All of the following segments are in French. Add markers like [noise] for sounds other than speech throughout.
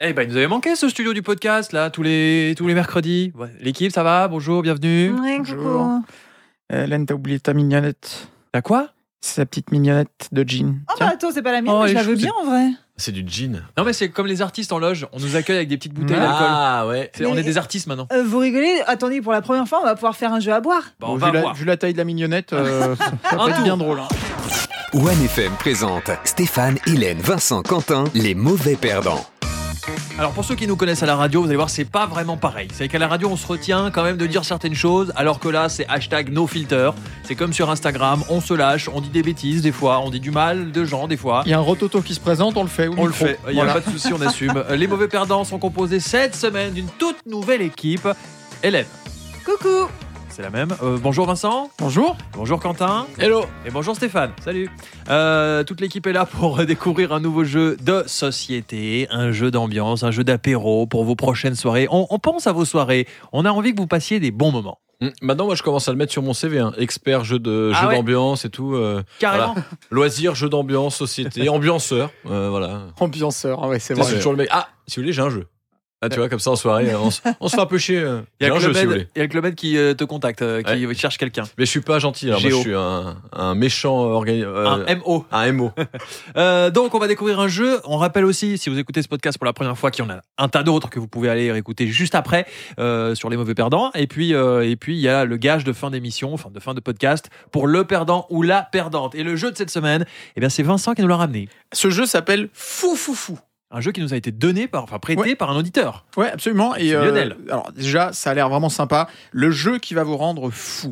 Eh ben, il nous avait manqué ce studio du podcast, là, tous les, tous les mercredis. Ouais, L'équipe, ça va Bonjour, bienvenue. Ouais, Bonjour. coucou. Hélène, t'as oublié ta mignonnette. T'as quoi C'est sa petite mignonnette de jean. Oh, bah Tiens, attends, c'est pas la mienne, Oh, mais je elle est la veux chouette. bien en vrai. C'est du gin. Non, mais c'est comme les artistes en loge, on nous accueille avec des petites bouteilles Mm. d'alcool. Ah ouais. C'est- On Mais- est des artistes maintenant. Euh, vous rigolez Attendez, pour la première fois, on va pouvoir faire un jeu à boire. Bon, on vu, va la, voir. vu la taille de la mignonnette, euh, ça Un va être tour. bien drôle. hein. One FM présente Stéphane, Hélène, Vincent, Quentin, les mauvais perdants. Alors pour ceux qui nous connaissent à la radio, vous allez voir, c'est pas vraiment pareil. C'est qu'à la radio, on se retient quand même de dire certaines choses, alors que là, c'est hashtag no filter. C'est comme sur Instagram, on se lâche, on dit des bêtises des fois, on dit du mal de gens des fois. [laughs] Il y a un rototo qui se présente, on le fait. au On le micro. fait, il n'y a Voilà. pas de souci, on assume. Les mauvais perdants sont composés cette semaine d'une toute nouvelle équipe. Hélène, [laughs] Coucou Oh, c'est la même. Euh, bonjour Vincent, Bonjour. bonjour Quentin Hello. et bonjour Stéphane. Salut. Euh, toute l'équipe est là pour [laughs] découvrir un nouveau jeu de société, un jeu d'ambiance, un jeu d'apéro pour vos prochaines soirées. On, on pense à vos soirées, on a envie que vous passiez des bons moments. Mm. Maintenant, moi, je commence à le mettre sur mon CV. hein. Expert jeu de Ah jeu ouais. d'ambiance et tout. euh, Carrément. loisirs, jeu d'ambiance, [laughs] société, ambianceur. euh, voilà. Ambianceur, ah ouais, c'est Tu sais, c'est vrai. toujours le mec. Ah, si vous voulez, j'ai un jeu. Ah, tu vois, comme ça en soirée, on se, on se fait un peu chier. euh. [laughs] Il y J'ai a un jeu, si vous voulez. Clubmed- il y a le Clubmed qui euh, te contacte, euh, qui cherche quelqu'un. Mais je suis pas gentil. Alors moi, je Géo. suis un, un méchant organi- euh, un MO. un MO. Euh, donc, on va découvrir un jeu. On rappelle aussi, si vous écoutez ce podcast pour la première fois, qu'il y en a un tas d'autres que vous pouvez aller réécouter juste après euh, sur les mauvais perdants. Et puis, euh, et puis, il y a le gage de fin d'émission, enfin de fin de podcast pour le perdant ou la perdante. Et le jeu de cette semaine, eh bien, c'est Vincent qui nous l'a ramené. Ce jeu s'appelle Fou Fou Fou. Un jeu qui nous a été donné par, enfin prêté Ouais. par un auditeur. Ouais, absolument. Et euh, C'est Lionel. alors déjà, ça a l'air vraiment sympa. Le jeu qui va vous rendre fou.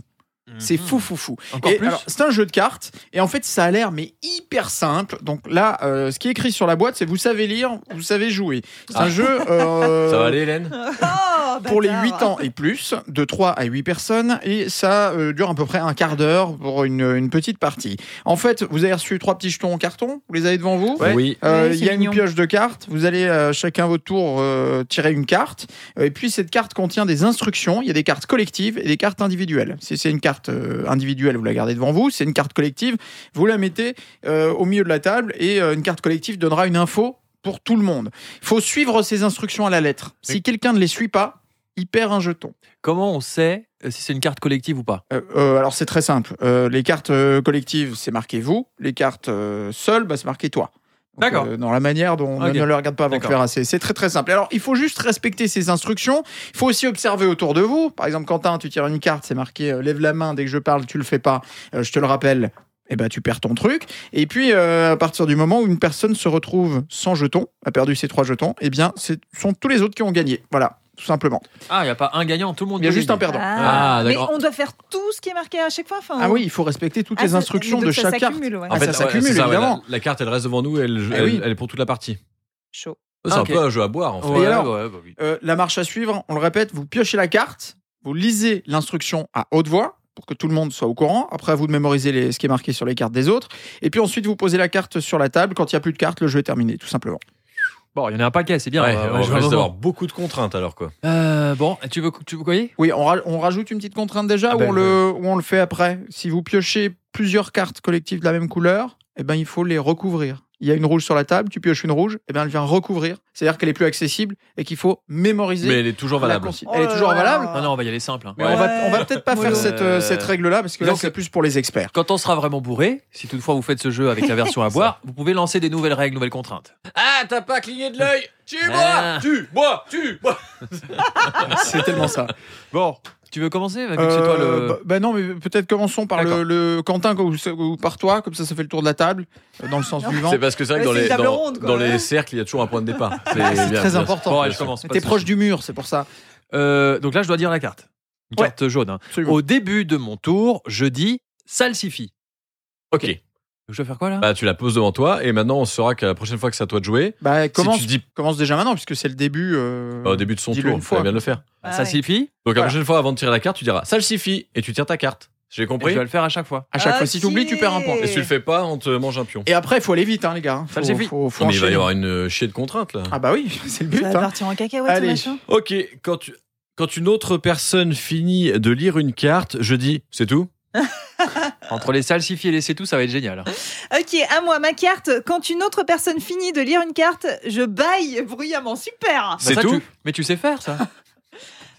Mm-hmm. C'est Mhm. fou, fou, fou. Encore Et plus. alors, C'est un jeu de cartes. Et en fait, ça a l'air mais hyper simple. Donc là, euh, ce qui est écrit sur la boîte, c'est vous savez lire, vous savez jouer. C'est un Ah. jeu. euh, [laughs] Ça va aller, Hélène Oh, Pour les bâtard. 8 ans et plus, de 3 à 8 personnes, et ça euh, dure à peu près un quart d'heure pour une, une petite partie. En fait, vous avez reçu trois petits jetons en carton, vous les avez devant vous. Ouais. Oui. Euh, Ouais, Il c'est y a une mignon. pioche de cartes. Vous allez euh, chacun votre tour euh, tirer une carte. Euh, Et puis cette carte contient des instructions. Il y a des cartes collectives et des cartes individuelles. Si c'est une carte euh, individuelle, vous la gardez devant vous. Si c'est une carte collective, vous la mettez euh, au milieu de la table et euh, une carte collective donnera une info pour tout le monde. Il faut suivre ces instructions à la lettre. Si quelqu'un ne les suit pas, il perd un jeton. Comment on sait euh, si c'est une carte collective ou pas Euh, euh, alors c'est très simple. Euh, les cartes euh, collectives, c'est marqué vous. Les cartes euh, seules, bah, c'est marqué toi. Donc, D'accord. euh, dans la manière dont on Ok. ne le regarde pas avant D'accord. de faire assez. C'est très très simple. Alors il faut juste respecter ces instructions. Il faut aussi observer autour de vous. Par exemple, Quentin, tu tires une carte, c'est marqué euh, lève la main dès que je parle, tu le fais pas. Euh, je te le rappelle. Eh ben, tu perds ton truc. Et puis, euh, à partir du moment où une personne se retrouve sans jeton, a perdu ses trois jetons, eh bien, ce sont tous les autres qui ont gagné. Voilà, tout simplement. Ah, il n'y a pas un gagnant, tout le monde. Il y a peut juste un gagner. perdant. Ah, Ah, mais d'accord. on doit faire tout ce qui est marqué à chaque fois. Enfin, Ah on- oui, il faut respecter toutes Oh. Ah, les ça- instructions donc de ça chaque carte. s'accumule, ouais. Ah, ça ouais, s'accumule, c'est ouais, évidemment. la, la carte, elle reste devant nous, elle, Eh elle- oui. elle est pour toute la partie. Chaud. C'est Ok. un peu un jeu à boire, en fait. Ouais, Et alors ouais, bah oui. Euh, la marche à suivre, on le répète, vous piochez la carte, vous lisez l'instruction à haute voix pour que tout le monde soit au courant. Après, à vous de mémoriser les- ce qui est marqué sur les cartes des autres. Et puis ensuite, vous posez la carte sur la table. Quand il n'y a plus de cartes, le jeu est terminé, tout simplement. Bon, il y en a un paquet, c'est bien. Ouais, on va- on on va jouer un risque moment. d'avoir beaucoup de contraintes, alors, quoi. Euh, bon, tu veux, tu veux quoi Oui, on, ra- on rajoute une petite contrainte déjà Ah ou, ben, on le, ou on le fait après. Si vous piochez plusieurs cartes collectives de la même couleur, eh ben, il faut les recouvrir. Il y a une rouge sur la table, tu pioches une rouge, eh ben, elle vient recouvrir. C'est-à-dire qu'elle est plus accessible et qu'il faut mémoriser. Mais elle est toujours la valable. consigne. Oh Elle est là toujours là. valable. Non, non, on va y aller simple. hein. Mais on, va, Ouais. on va peut-être pas Ouais. faire cette, euh, Euh, cette règle-là parce que là, donc- c'est plus pour les experts. Quand on sera vraiment bourré, si toutefois vous faites ce jeu avec la version [laughs] à boire, vous pouvez lancer des nouvelles rèles, nouvelles contraintes. Ah, t'as pas cligné de l'œil Tu Ah. bois Tu bois Tu bois [laughs] C'est tellement ça. Bon, tu veux commencer vu que c'est toi Euh, le. bah, bah non, mais peut-être commençons par le, D'accord. le Quentin ou, ou par toi, comme ça, ça fait le tour de la table, euh, dans le sens du vent. C'est parce que c'est vrai que Ouais, dans c'est une les, table dans, ronde, quoi, dans ouais. les cercles, il y a toujours un point de départ. Ah, Ah, C'est bien, très bien. important. Bon, allez, je commence. pas T'es de proche souci. du mur, c'est pour ça. Euh, donc là, je dois dire la carte. Une Ouais. carte jaune. hein. Absolument. Au début de mon tour, je dis salsifie. Ok. Je dois faire quoi là Bah, tu la poses devant toi, et maintenant, on saura que la prochaine fois que c'est à toi de jouer, Bah, commence, si tu dis commence déjà maintenant, puisque c'est le début. euh, bah, au début de son dis-le tour, une il fois. faut bien de le faire. bah, Ah, ouais. Salsifie. Donc, la Voilà. prochaine fois, avant de tirer la carte, tu diras salsifie, et tu tires ta carte. J'ai et Je compris dois le faire à chaque fois. À chaque fois, Ok. si tu oublies, tu perds un point. Et Ah, si tu le fais pas, on te mange un pion. Et après, il faut aller vite, hein, les gars. Faut, Ça, j'ai vu. faut- faut Non, mais il va y enchaîner. avoir une euh, chier de contraintes, là. Ah bah oui, [laughs] c'est le Ça but. va hein. partir en cacahuète, Allez. ce machin. Ok, quand, tu- quand une autre personne finit de lire une carte, je dis c'est tout Entre les salsifiés et les c'est tout, ça va être génial. Ok, à moi, ma carte. Quand une autre personne finit de lire une carte, je baille bruyamment. Super C'est Bah, ça, tout tu- Mais tu sais faire [laughs] ça.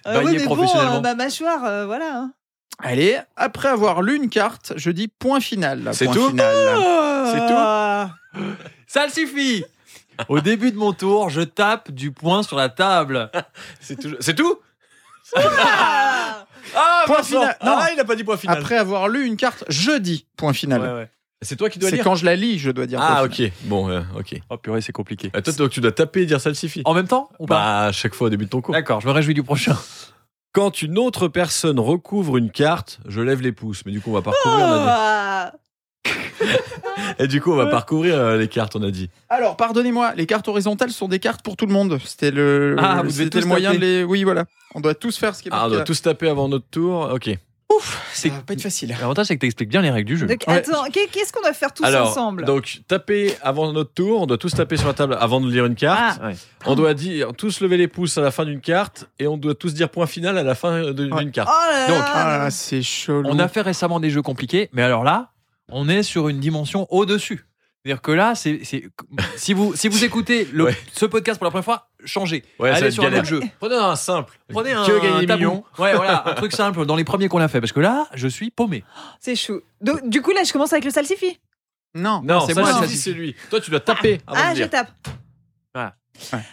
Euh, Bailler mais bon, professionnellement. euh, ma mâchoire, euh, voilà. hein. Allez, après avoir lu une carte, je dis point final. C'est Point tout final. C'est tout Ça le suffit Au début de mon tour, je tape du poing sur la table. C'est toujours- c'est tout Ah Ah, Point Vincent final. Non. Ah, il a pas dit point final. Après avoir lu une carte, je dis point final. Ouais, ouais. C'est toi qui dois C'est lire. quand je la lis, je dois dire. Ah, point ok. Bon, euh, ok. Oh purée, c'est compliqué. Ah, toi, donc, tu dois taper et dire salsifie. En même temps ou pas Bah, à chaque fois au début de ton cours. D'accord, je me réjouis du prochain. Quand une autre personne recouvre une carte, je lève les pouces. Mais du coup, on va parcourir. on a Ah dit. Et du coup, on va parcourir euh, les cartes, on a dit. Alors, pardonnez-moi, les cartes horizontales sont des cartes pour tout le monde. C'était le, Ah, vous devez c'était tous le moyen de taper. les. Oui, voilà. On doit tous faire ce qui est Ah, on marqué doit là. tous taper avant notre tour. Ok. C'est- Ça va pas être facile. [laughs] L'avantage, c'est que t'expliques bien les règles du jeu. Donc, Ouais. attends, qu'est- qu'est-ce qu'on doit faire tous Alors, ensemble donc taper avant notre tour, on doit tous taper sur la table avant de lire une carte. Ah. Ouais. On doit dire tous lever les pouces à la fin d'une carte et on doit tous dire point final à la fin de- d'une Ouais. Oh carte. là Donc, là Ah, c'est chelou. On a fait récemment des jeux compliqués, mais alors là, on est sur une dimension au-dessus. C'est-à-dire que là, c'est c'est- si vous si vous écoutez le- Ouais. ce podcast pour la première fois, changez. Ouais, ça va Allez être sur un galère. autre jeu. Prenez un simple. Prenez un que gagner des tabou. millions. Ouais, voilà, un truc simple dans les premiers qu'on a fait, parce que là, je suis paumé. C'est chou. Donc, du coup, là, je commence avec le salsifi. Non, hein. Non, c'est moi, le c'est salsifis. c'est lui. Toi, tu dois taper avant Ah, de je dire. tape.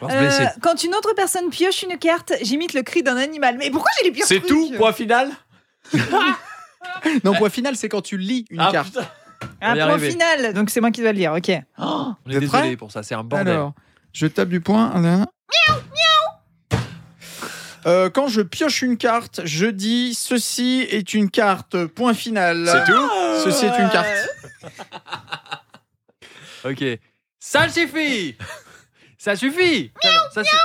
Faut se Euh, blesser. quand une autre personne pioche une carte, j'imite le cri d'un animal. Mais pourquoi j'ai les pires C'est trucs tout, point final. non, point final, c'est quand tu lis une Ah, carte. putain. On Un est point arrivé. final. Donc, c'est moi qui dois le lire, ok. On est Vous êtes prêts désolé pour ça, c'est un bordel. Alors, je tape du point. Un, un. Euh, quand je pioche une carte, je dis ceci est une carte, point final. Ah, C'est tout. Ceci est une carte. Ok. Ça suffit Ça suffit Ça su-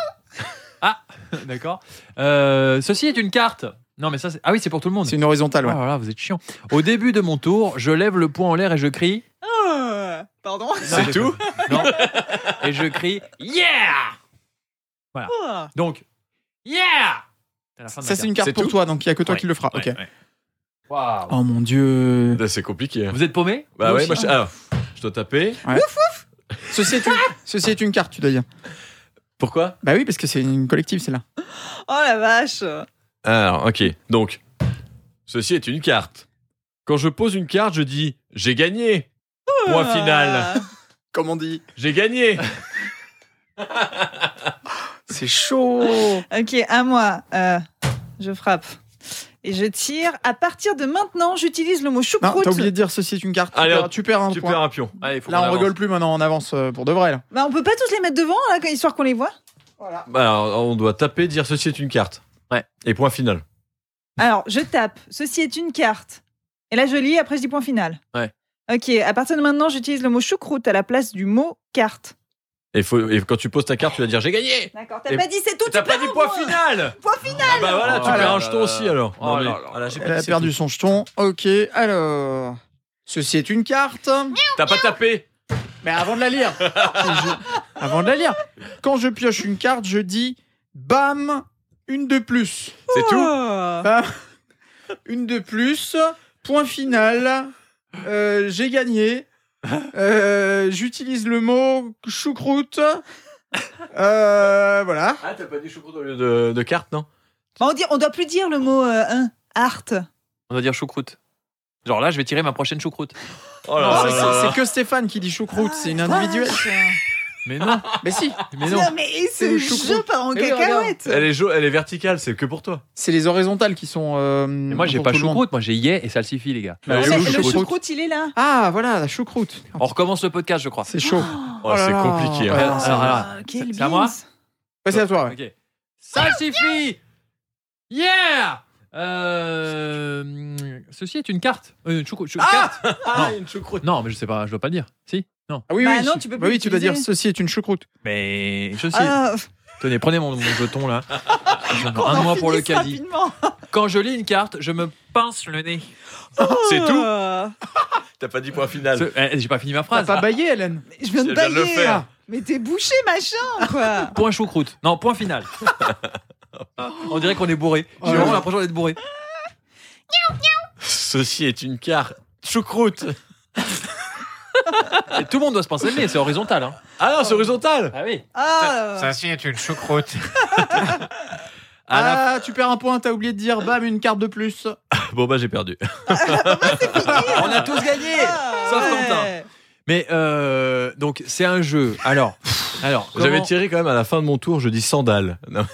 Ah, [laughs] d'accord. Euh, ceci est une carte. Non, mais ça, c'est... Ah oui, c'est pour tout le monde. C'est une horizontale, ouais. Oh là là, vous êtes chiant. Au début de mon tour, je lève le poing en l'air et je crie. Ah, Pardon C'est tout. Non. Et je crie Yeah Ah. Donc, Yeah C'est la fin de Ça, ma c'est une carte Ah, C'est pour tout toi, donc il n'y a que toi Ouais. qui le feras. Ouais, ok. ouais. Waouh. Oh mon dieu. C'est compliqué. Vous êtes paumé Bah Vous ouais, aussi moi, je, ah, je dois taper. Ceci [laughs] est, une... ceci est une carte, tu dois dire. Pourquoi Bah oui, parce que c'est une collective, c'est là. Oh la vache Alors, ok. Donc, ceci est une carte. Quand je pose une carte, je dis j'ai gagné. Point Ah. final. Comme on dit. J'ai gagné. C'est [laughs] chaud. Ah, Ok, à moi. Euh, je frappe. Et je tire. À partir de maintenant, j'utilise le mot Non, choucroute. t'as oublié de dire ceci est une carte. Tu Allez, perds- on- tu perds un tu point. perds un pion. Allez, faut qu'on Là, on avance. rigole plus maintenant, on avance euh, pour de vrai. Là. Bah, on peut pas tous les mettre devant, là, quand- histoire qu'on les voit. Ah. Bah, alors, on doit taper, dire ceci est une carte. Ouais. Et point final. Alors, je tape. Ceci est une carte. Et là, je lis, après, je dis point final. Ouais. Ok, à partir de maintenant, j'utilise le mot choucroute à la place du mot carte. Et, faut, et quand tu poses ta carte, tu vas dire j'ai gagné. D'accord, t'as Et pas dit c'est Oh, tout, T'as tu pas perds dit un point final. Point final Ah bah voilà, tu Oh perds là un là jeton là. aussi alors. Oh là là. ah là, j'ai pas Elle a dit, c'est perdu tout. son jeton. Ok, alors. Ceci est une carte. T'as pas tapé. Mais avant de la lire. [laughs] Je- Avant de la lire. Quand je pioche une carte, je dis bam, une de plus. C'est tout. Oh. Bam, une de plus. Point final. Euh, J'ai gagné. Euh, J'utilise le mot choucroute. Euh, voilà. Ah, t'as pas dit choucroute au lieu de, de carte, non Bah, on, dit, on doit plus dire le mot euh, hein, art. On doit dire choucroute. Genre là, je vais tirer ma prochaine choucroute. Mmh, Oh là Non, là mais là C'est là. c'est que Stéphane qui dit choucroute, c'est une Ah, individuelle. vache. Mais non, Mais si, mais Non, non. mais le ce jeu choucroute. part en Mais oui, regarde. cacahuète. Elle est, jo- elle est verticale, c'est que pour toi. c'est les horizontales qui sont. euh, Mais moi, j'ai pour pas tout le monde. choucroute, moi j'ai yeah et salsifis, les gars. Bah, Ah, elle est ça, où, le choucroute choucroute, il est là. Ah voilà, la choucroute. On recommence le podcast, je crois. C'est chaud. Oh, c'est là là. compliqué. hein. Ouais, Alors, c'est- alors, Ah, quel c'est à moi beans. Passez à toi. ouais. Ok. Salsifis Yeah Euh, hum, Ceci est une carte. Euh, une choucroute. chou- carte. Ah, une choucroute. Non, mais je sais pas, je dois pas le dire. Si Non. Ah oui, Bah oui, non, si- tu peux bah plus oui, tu dois dire l'utiliser. ceci est une choucroute. Mais ceci. Ah, Tenez, prenez mon, mon jeton [laughs] là. J'en ai qu'on un en mois pour le finisse caddie. rapidement. Quand je lis une carte, je me pince le nez. C'est tout. Ah, T'as pas dit point final. Ce- eh, J'ai pas fini ma T'as phrase. pas baillé, Hélène mais Je viens de Elle vient de le bailler. faire. Mais t'es bouché, machin, quoi. Point choucroute. Non, point [laughs] final. On dirait qu'on est bourré. J'ai Oh. vraiment l'impression d'être bourré. Ceci est une carte. Choucroute. Et tout le monde doit se pincer le nez, c'est horizontal. Hein. Ah non, c'est horizontal. Ah oui. Ah, euh, Ceci est une choucroute. À la- Ah, tu perds un point, t'as oublié de Ah. dire, bam, une carte de plus. Bon bah j'ai perdu. On a tous gagné. ah, Sauf ouais. Quentin. Mais euh, donc c'est un jeu. Alors, alors J'avais comment- tiré quand même à la fin de mon tour, je dis sandales. Non.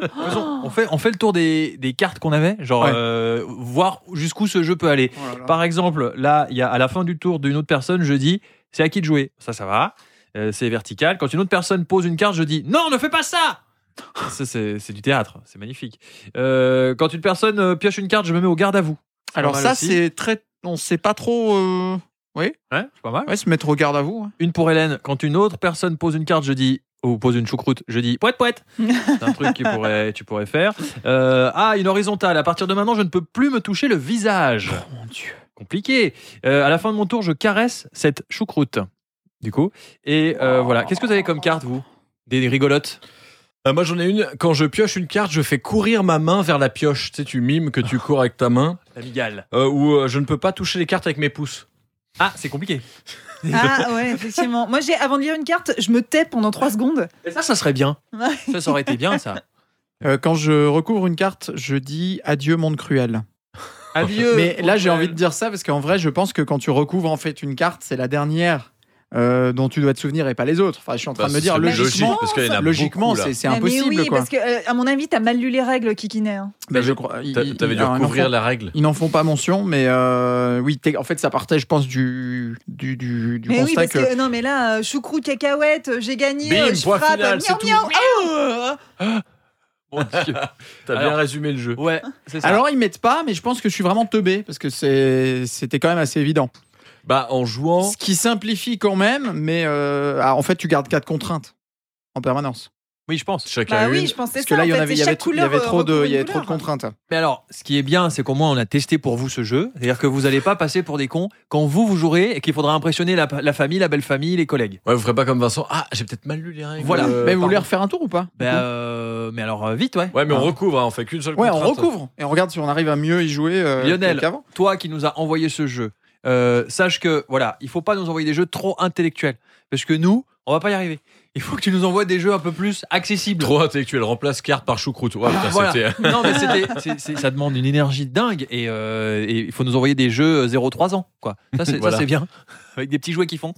Faisons- on fait on fait le tour des, des cartes qu'on avait, genre Ouais. euh, voir jusqu'où ce jeu peut aller. Par exemple, là, il y a à la fin du tour d'une autre personne, je dis c'est à qui de jouer. Ça, ça va. Euh, c'est vertical. Quand une autre personne pose une carte, je dis non, ne fais pas ça. Ça, c'est c'est du théâtre, c'est magnifique. Euh, quand une personne euh, pioche une carte, je me mets au garde à vous. C'est Alors pas mal ça, aussi. c'est très... On sait pas trop... euh, Ouais, c'est pas mal. Ouais, se mettre au garde à vous. hein. Une pour Hélène. Quand une autre personne pose une carte, je dis ou pose une choucroute, je dis poète poète. C'est un [laughs] truc que pourrait, tu pourrais faire. Euh, ah, une horizontale. À partir de maintenant, je ne peux plus me toucher le visage. Oh, Mon Dieu. Compliqué. Euh, à la fin de mon tour, je caresse cette choucroute. Du coup, et euh, voilà. Qu'est-ce que vous avez comme carte, vous des, des rigolotes. Euh, moi j'en ai une, quand je pioche une carte, je fais courir ma main vers la pioche. Tu sais, tu mimes que tu cours avec ta main. Amigales. Euh, ou euh, je ne peux pas toucher les cartes avec mes pouces. Ah, c'est compliqué. [laughs] Ah, ouais, effectivement. Moi, j'ai avant de lire une carte, je me tais pendant 3 secondes. Et ça, ça serait bien. Ouais. Ça, ça aurait été bien, ça. Euh, quand je recouvre une carte, je dis adieu monde cruel. [laughs] Adieu. Mais là, j'ai envie de dire ça parce qu'en vrai, je pense que quand tu recouvres en fait une carte, c'est la dernière euh, dont tu dois te souvenir et pas les autres. Enfin, je suis en train Bah, de me ce dire serait logique, logiquement, parce qu'il y en a logiquement, beaucoup, là. c'est c'est Ah, impossible Mais oui, quoi. parce que, euh, à mon avis, t'as mal lu les règles, Kikiné. hein. Bah, je crois- T'a- ils- T'avais ils- alors, ils dû n'en recouvrir font- la règle. Ils n'en font pas mention, mais euh, oui, t'es- en fait, ça partait, je pense, du du du, du mais oui, constat parce que... que. non, mais là, euh, choucroute, cacahuète, euh, j'ai gagné, Bim, euh, je point frappe, final, miaou, c'est tout. miaou, ah, Mon Dieu. [laughs] T'as bien Alors- résumé le jeu. Ouais, c'est ça. Alors ils mettent pas, mais je pense que je suis vraiment teubé parce que c'est c'était quand même assez évident. Bah en Oh. jouant, Ce qui simplifie quand même, mais euh, ah, en fait tu gardes quatre contraintes en permanence. oui, je pense. chacun Bah une. oui, je pensais Parce ça. que là en il y en fait, c'est avait, il y avait, chaque tr- il y couleur, avait euh, trop de, recouvre il y avait une trop de couleur. hein. contraintes. Mais alors, ce qui est bien, c'est qu'au moins on a testé pour vous ce jeu. C'est-à-dire que vous n'allez pas passer pour des cons quand vous vous jouerez et qu'il faudra impressionner la, la famille, la belle famille, les collègues. Ouais, vous ferez pas comme Vincent. Ah, j'ai peut-être mal lu les règles. Euh, Voilà. mais vous pardon. voulez refaire un tour ou pas Ben, euh, mais alors, euh, vite, ouais. Ouais, mais on recouvre, hein, on fait qu'une seule Ouais, on contrainte. recouvre et on regarde si on arrive à mieux y jouer euh, Lionel. qu'avant. Toi qui nous as envoyé ce jeu, euh, sache que, voilà, il faut pas nous envoyer des jeux trop intellectuels. Parce que nous, on va pas y arriver. Il faut que tu nous envoies des jeux un peu plus accessibles. Trop intellectuel, remplace carte par choucroute. Ouais, putain, Voilà. c'était- hein. Non, mais c'était, c'est- c'est- ça demande une énergie dingue et, euh, et il faut nous envoyer des jeux 0-3 ans, quoi. Ça, c'est, ça, Voilà. c'est bien. Avec des petits jouets qui font.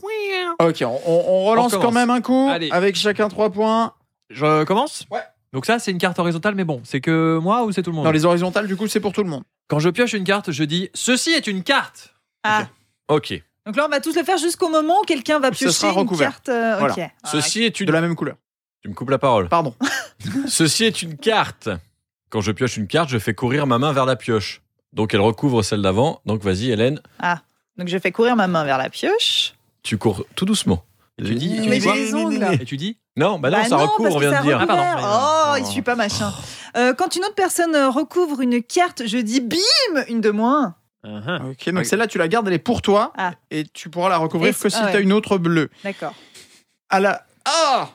Ah. Ok, on, on- on relance On quand commence. même un coup Allez. avec chacun trois points. Je commence Ouais. Donc ça, c'est une carte horizontale, mais bon, c'est que moi ou c'est tout le monde Dans les horizontales, du coup, c'est pour tout le monde. Quand je pioche une carte, je dis ceci est une carte. Ah, Ok. donc là, on va tous le faire jusqu'au moment où quelqu'un va Où ce piocher sera une recouvert. carte. euh, Voilà. ok. Ceci est De une. la même couleur. Tu me coupes la parole. Pardon. Ceci est une carte. Quand je pioche une carte, je fais courir ma main vers la pioche. Donc elle recouvre celle d'avant. Donc vas-y, Hélène, Donc je fais courir ma main vers la pioche. tu cours tout doucement. Tu dis, tu Mais dis quoi j'ai les ongles, là. Et tu dis Non, bah non, Bah ça non, recouvre, parce on que vient ça de dire. recouvre. Ah, recouvre. pardon. Oh, il suit pas machin. Euh, quand une autre personne euh, recouvre une carte, je dis bim, une de moins. Ah, ah. Ok, donc Ok. celle-là, tu la gardes, elle est pour toi Ah. et tu pourras la recouvrir Et que c'est- si ah ouais. t'as une autre bleue. D'accord. À la. [laughs]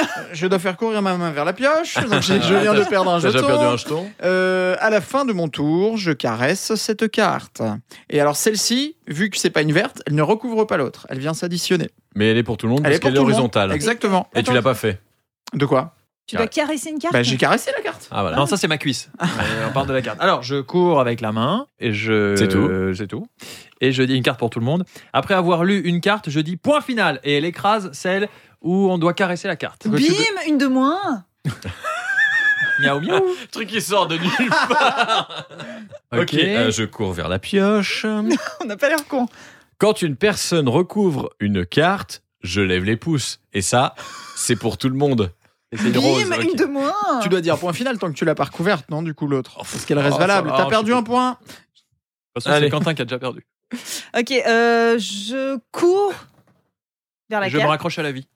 Ah Je dois faire courir ma main vers la pioche. Donc j'ai- je viens de perdre un Ah, T'as déjà jeton. perdu un jeton Euh, à la fin de mon tour, je caresse cette carte. Et alors celle-ci, vu que c'est pas une verte, elle ne recouvre pas l'autre. Elle vient s'additionner. Mais elle est pour tout le monde Elle est parce pour qu'elle est tout le monde. horizontale. Exactement. Et tu l'as pas fait. De quoi Tu dois caresser une carte Bah j'ai caressé la carte. Ah voilà. Non, ça c'est ma cuisse. Euh, on parle de la carte. Alors, je cours avec la main et je. C'est tout. euh, C'est tout. Et je dis une carte pour tout le monde. Après avoir lu une carte, je dis point final et elle écrase celle où on doit caresser la carte. Bim, une de moins. Miaou miaou. [laughs] truc qui sort [laughs] de nulle Ok. ok, euh, je cours vers la pioche. [laughs] On n'a pas l'air con. Quand une personne recouvre une carte, je lève les pouces. Et ça, c'est pour tout le monde. Et c'est Bim, une rose. une ok. de moins. Tu dois dire point final tant que tu l'as pas recouverte, non Du coup l'autre. Parce qu'elle reste oh, ça valable. va, T'as je perdu sais un point. De toute façon, c'est Allez. Quentin qui a déjà perdu. Ok, euh, je cours vers la Je me carte. raccroche à la vie.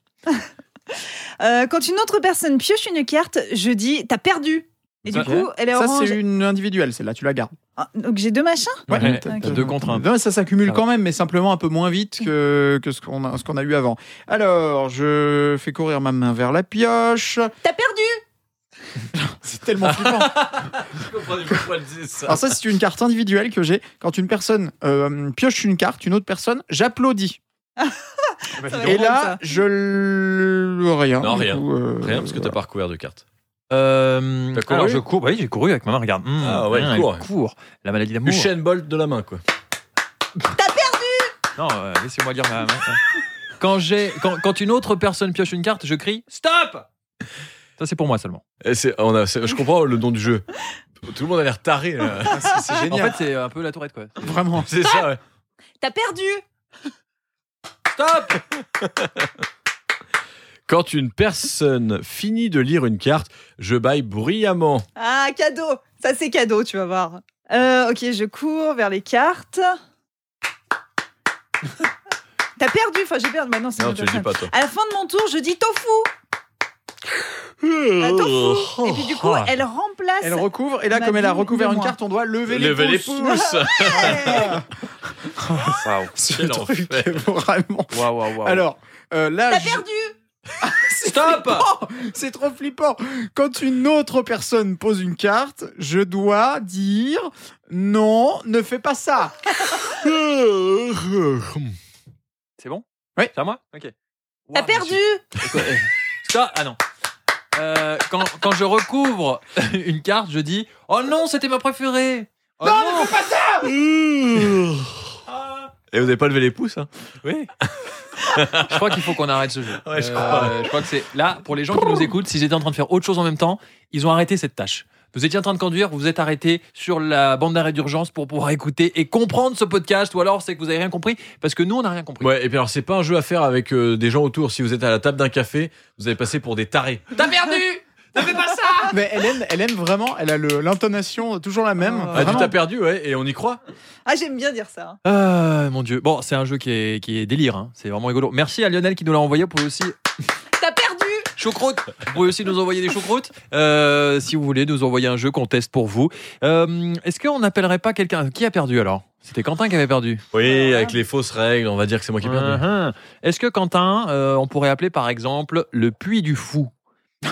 Euh, quand une autre personne pioche une carte, je dis t'as perdu. Et du Ok. coup, elle est Ça orange. c'est une individuelle, celle-là tu la gardes. Ah, Donc j'ai deux machins. Ouais, Ouais. t'as Ok. t'as deux contre un. Non, mais ça s'accumule Ah ouais. quand même, mais simplement un peu moins vite que, que ce qu'on a, ce qu'on a eu avant. Alors, je fais courir ma main vers la pioche. T'as perdu. C'est tellement flippant. Je comprenais pas pourquoi elle disait ça. Alors ça, c'est une carte individuelle que j'ai. Quand une personne euh, pioche une carte, une autre personne, j'applaudis. C'est Et drôle, là, ça. je le rien. Non, du rien. coup, euh, Rien, parce que t'as voilà. pas recouvert de cartes. Euh, T'as couru alors je cours, bah oui, j'ai couru avec ma main, regarde. Mmh, Ah ouais, il elle court. La maladie d'amour. Usain Bolt de la main, quoi. Non, euh, laissez-moi lire ma main. quand, j'ai, quand, quand une autre personne pioche une carte, je crie Stop Ça, c'est pour moi seulement. Et c'est- on a- c'est- je comprends le nom du jeu. Tout le monde a l'air taré. là. [laughs] Ah, c'est- C'est En génial. fait, c'est euh, un peu la tourette, quoi. Vraiment. C'est ça, ouais. T'as perdu Stop Quand une personne finit de lire une carte, je baille bruyamment. Ah, cadeau Ça, c'est cadeau, tu vas voir. Euh, ok, je cours vers les cartes. T'as perdu Enfin, j'ai perdu. Maintenant, c'est Non, une tu autre le dis personne. pas, toi. À la fin de mon tour, je dis tofu Ah, Oh. Tofu Et puis, du coup, oh. elle remplace... Ah, Elle recouvre, et là, Ma comme elle a vie, recouvert une moi. carte, on doit lever, Levez les les [laughs] pouces. pouces Ouais. [laughs] [laughs] C'est Quel le truc, enfer. vraiment. Waouh, waouh, waouh. Alors, euh, là, T'as je- perdu Stop c'est trop flippant. Quand une autre personne pose une carte, je dois dire non, ne fais pas ça. C'est bon Oui. C'est à moi Ok. T'as Waouh, perdu mais c'est- quoi, eh. Stop Ah non. Euh, quand, quand je recouvre [laughs] une carte, je dis Oh non, c'était ma préférée Oh non, ne fais pas ça. Ah. Et vous n'avez pas levé les pouces, hein Oui Je crois qu'il faut qu'on arrête ce jeu. Euh, Ouais, je crois. je crois que c'est. Là, pour les gens qui nous écoutent, s'ils étaient en train de faire autre chose en même temps, ils ont arrêté cette tâche. Vous étiez en train de conduire, vous vous êtes arrêté sur la bande d'arrêt d'urgence pour pouvoir écouter et comprendre ce podcast, ou alors c'est que vous avez rien compris, parce que nous on n'a rien compris. Ouais, et puis alors, c'est pas un jeu à faire avec euh, des gens autour. Si vous êtes à la table d'un café, vous allez passer pour des tarés. T'as perdu Ne fais pas ça Mais elle aime, elle aime vraiment. Elle a le- l'intonation toujours la même. Ah, Ah, tu Vraiment. t'as perdu, ouais, et on y croit. Ah, j'aime bien dire ça. hein. Ah mon dieu. Bon, c'est un jeu qui est, qui est délire, hein. c'est vraiment rigolo. Merci à Lionel qui nous l'a envoyé. Vous pouvez aussi. T'as perdu Choucroute Vous pouvez aussi nous envoyer des choucroutes. Euh, si vous voulez nous envoyer un jeu qu'on teste pour vous. Euh, Est-ce qu'on n'appellerait pas quelqu'un. Qui a perdu alors C'était Quentin qui avait perdu. Oui, avec les fausses règles, on va dire que c'est moi qui ai perdu. Uhum. Uh-huh. Est-ce que Quentin, euh, on pourrait appeler par exemple le puits du fou C'est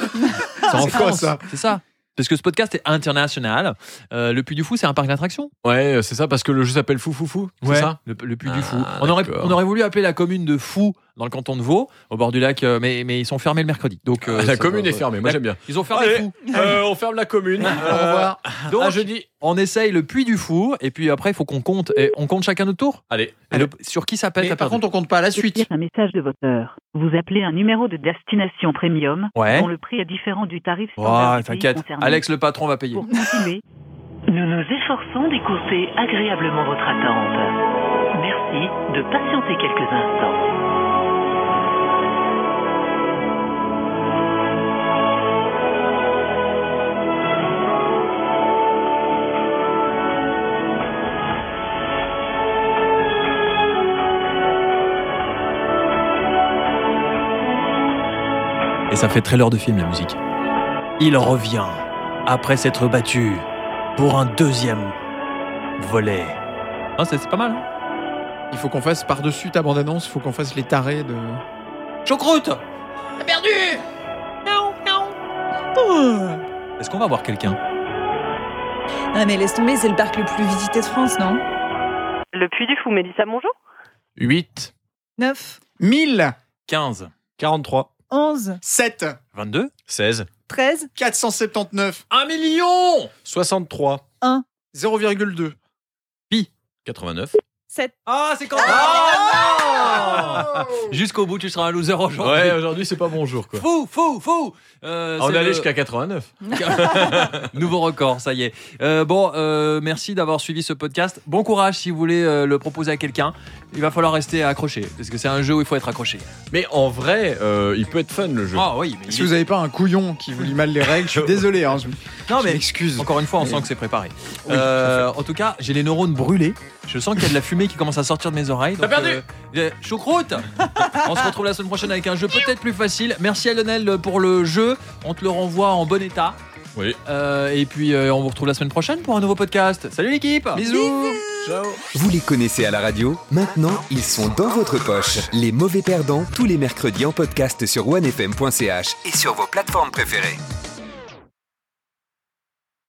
en C'est quoi, France, ça C'est ça. Parce que ce podcast est international. Euh, le puits du fou, c'est un parc d'attractions. Ouais, euh, c'est ça, parce que le jeu s'appelle Fou Fou Fou, c'est ça le, le puits du Ah, fou. On aurait, d'accord. on aurait voulu appeler la commune de Fou dans le canton de Vaud, au bord du lac, euh, mais, mais ils sont fermés le mercredi. Donc euh, Ah, La ça commune doit- est fermée, moi La- j'aime [laughs] bien. Ils ont fermé Allez. Fou. Euh, on ferme la commune. Euh, Au revoir. Donc, à jeudi. on essaye le puits du fou, et puis après, il faut qu'on compte. Et on compte chacun notre tour Allez, Et le- Sur qui ça pète Mais à par perdu contre, on compte pas à la suite. Suite. un message de votre heure. Vous appelez un numéro de destination premium Ouais. dont le prix est différent du tarif standard Oh, du pays t'inquiète. concerné. Alex, le patron, va payer. Pour continuer, nous nous efforçons d'écourter agréablement votre attente. Merci de patienter quelques instants. Et ça fait trailer de film, la musique. Il revient, après s'être battu, pour un deuxième volet. Ah, c'est c'est pas mal. Hein Il faut qu'on fasse par-dessus ta bande-annonce, il faut qu'on fasse les tarés de. Choucroute Est-ce qu'on va voir quelqu'un Ah, mais laisse tomber, c'est le parc le plus visité de France, non Le Puy du Fou, Mélissa, bonjour. 8, 9, 1000, 15, 43, 11, 7, 22, 16, 13, 479, 1 million 63, 0,2. 89. 7. Ah, c'est quand Ah, Jusqu'au bout, tu seras un loser aujourd'hui. Ouais, aujourd'hui c'est pas bon jour quoi. Fou, fou, fou Euh, Ah, on c'est est allé le- jusqu'à 89. Nouveau record, ça y est. Euh, bon, euh, merci d'avoir suivi ce podcast. Bon courage si vous voulez euh, le proposer à quelqu'un. Il va falloir rester accroché, parce que c'est un jeu où il faut être accroché. Mais en vrai, euh, il peut être fun le jeu. Ah oui, mais, il Si est- vous avez pas un couillon qui vous lit mal les règles, je [laughs] suis désolé, hein, je, non, je mais m'excuse. encore une fois, on sent que c'est préparé. Euh, en tout cas, j'ai les neurones brûlés. Je sens qu'il y a de la fumée qui commence à sortir de mes oreilles. T'as perdu euh, euh, Choucroute [laughs] On se retrouve la semaine prochaine avec un jeu peut-être plus facile. Merci à Lionel pour le jeu. On te le renvoie en bon état. Oui. Euh, et puis, euh, on vous retrouve la semaine prochaine pour un nouveau podcast. Salut l'équipe Bisous. Ciao. Vous les connaissez à la radio Maintenant, ils sont dans votre poche. Les mauvais perdants, tous les mercredis en podcast sur onefm.ch et sur vos plateformes préférées.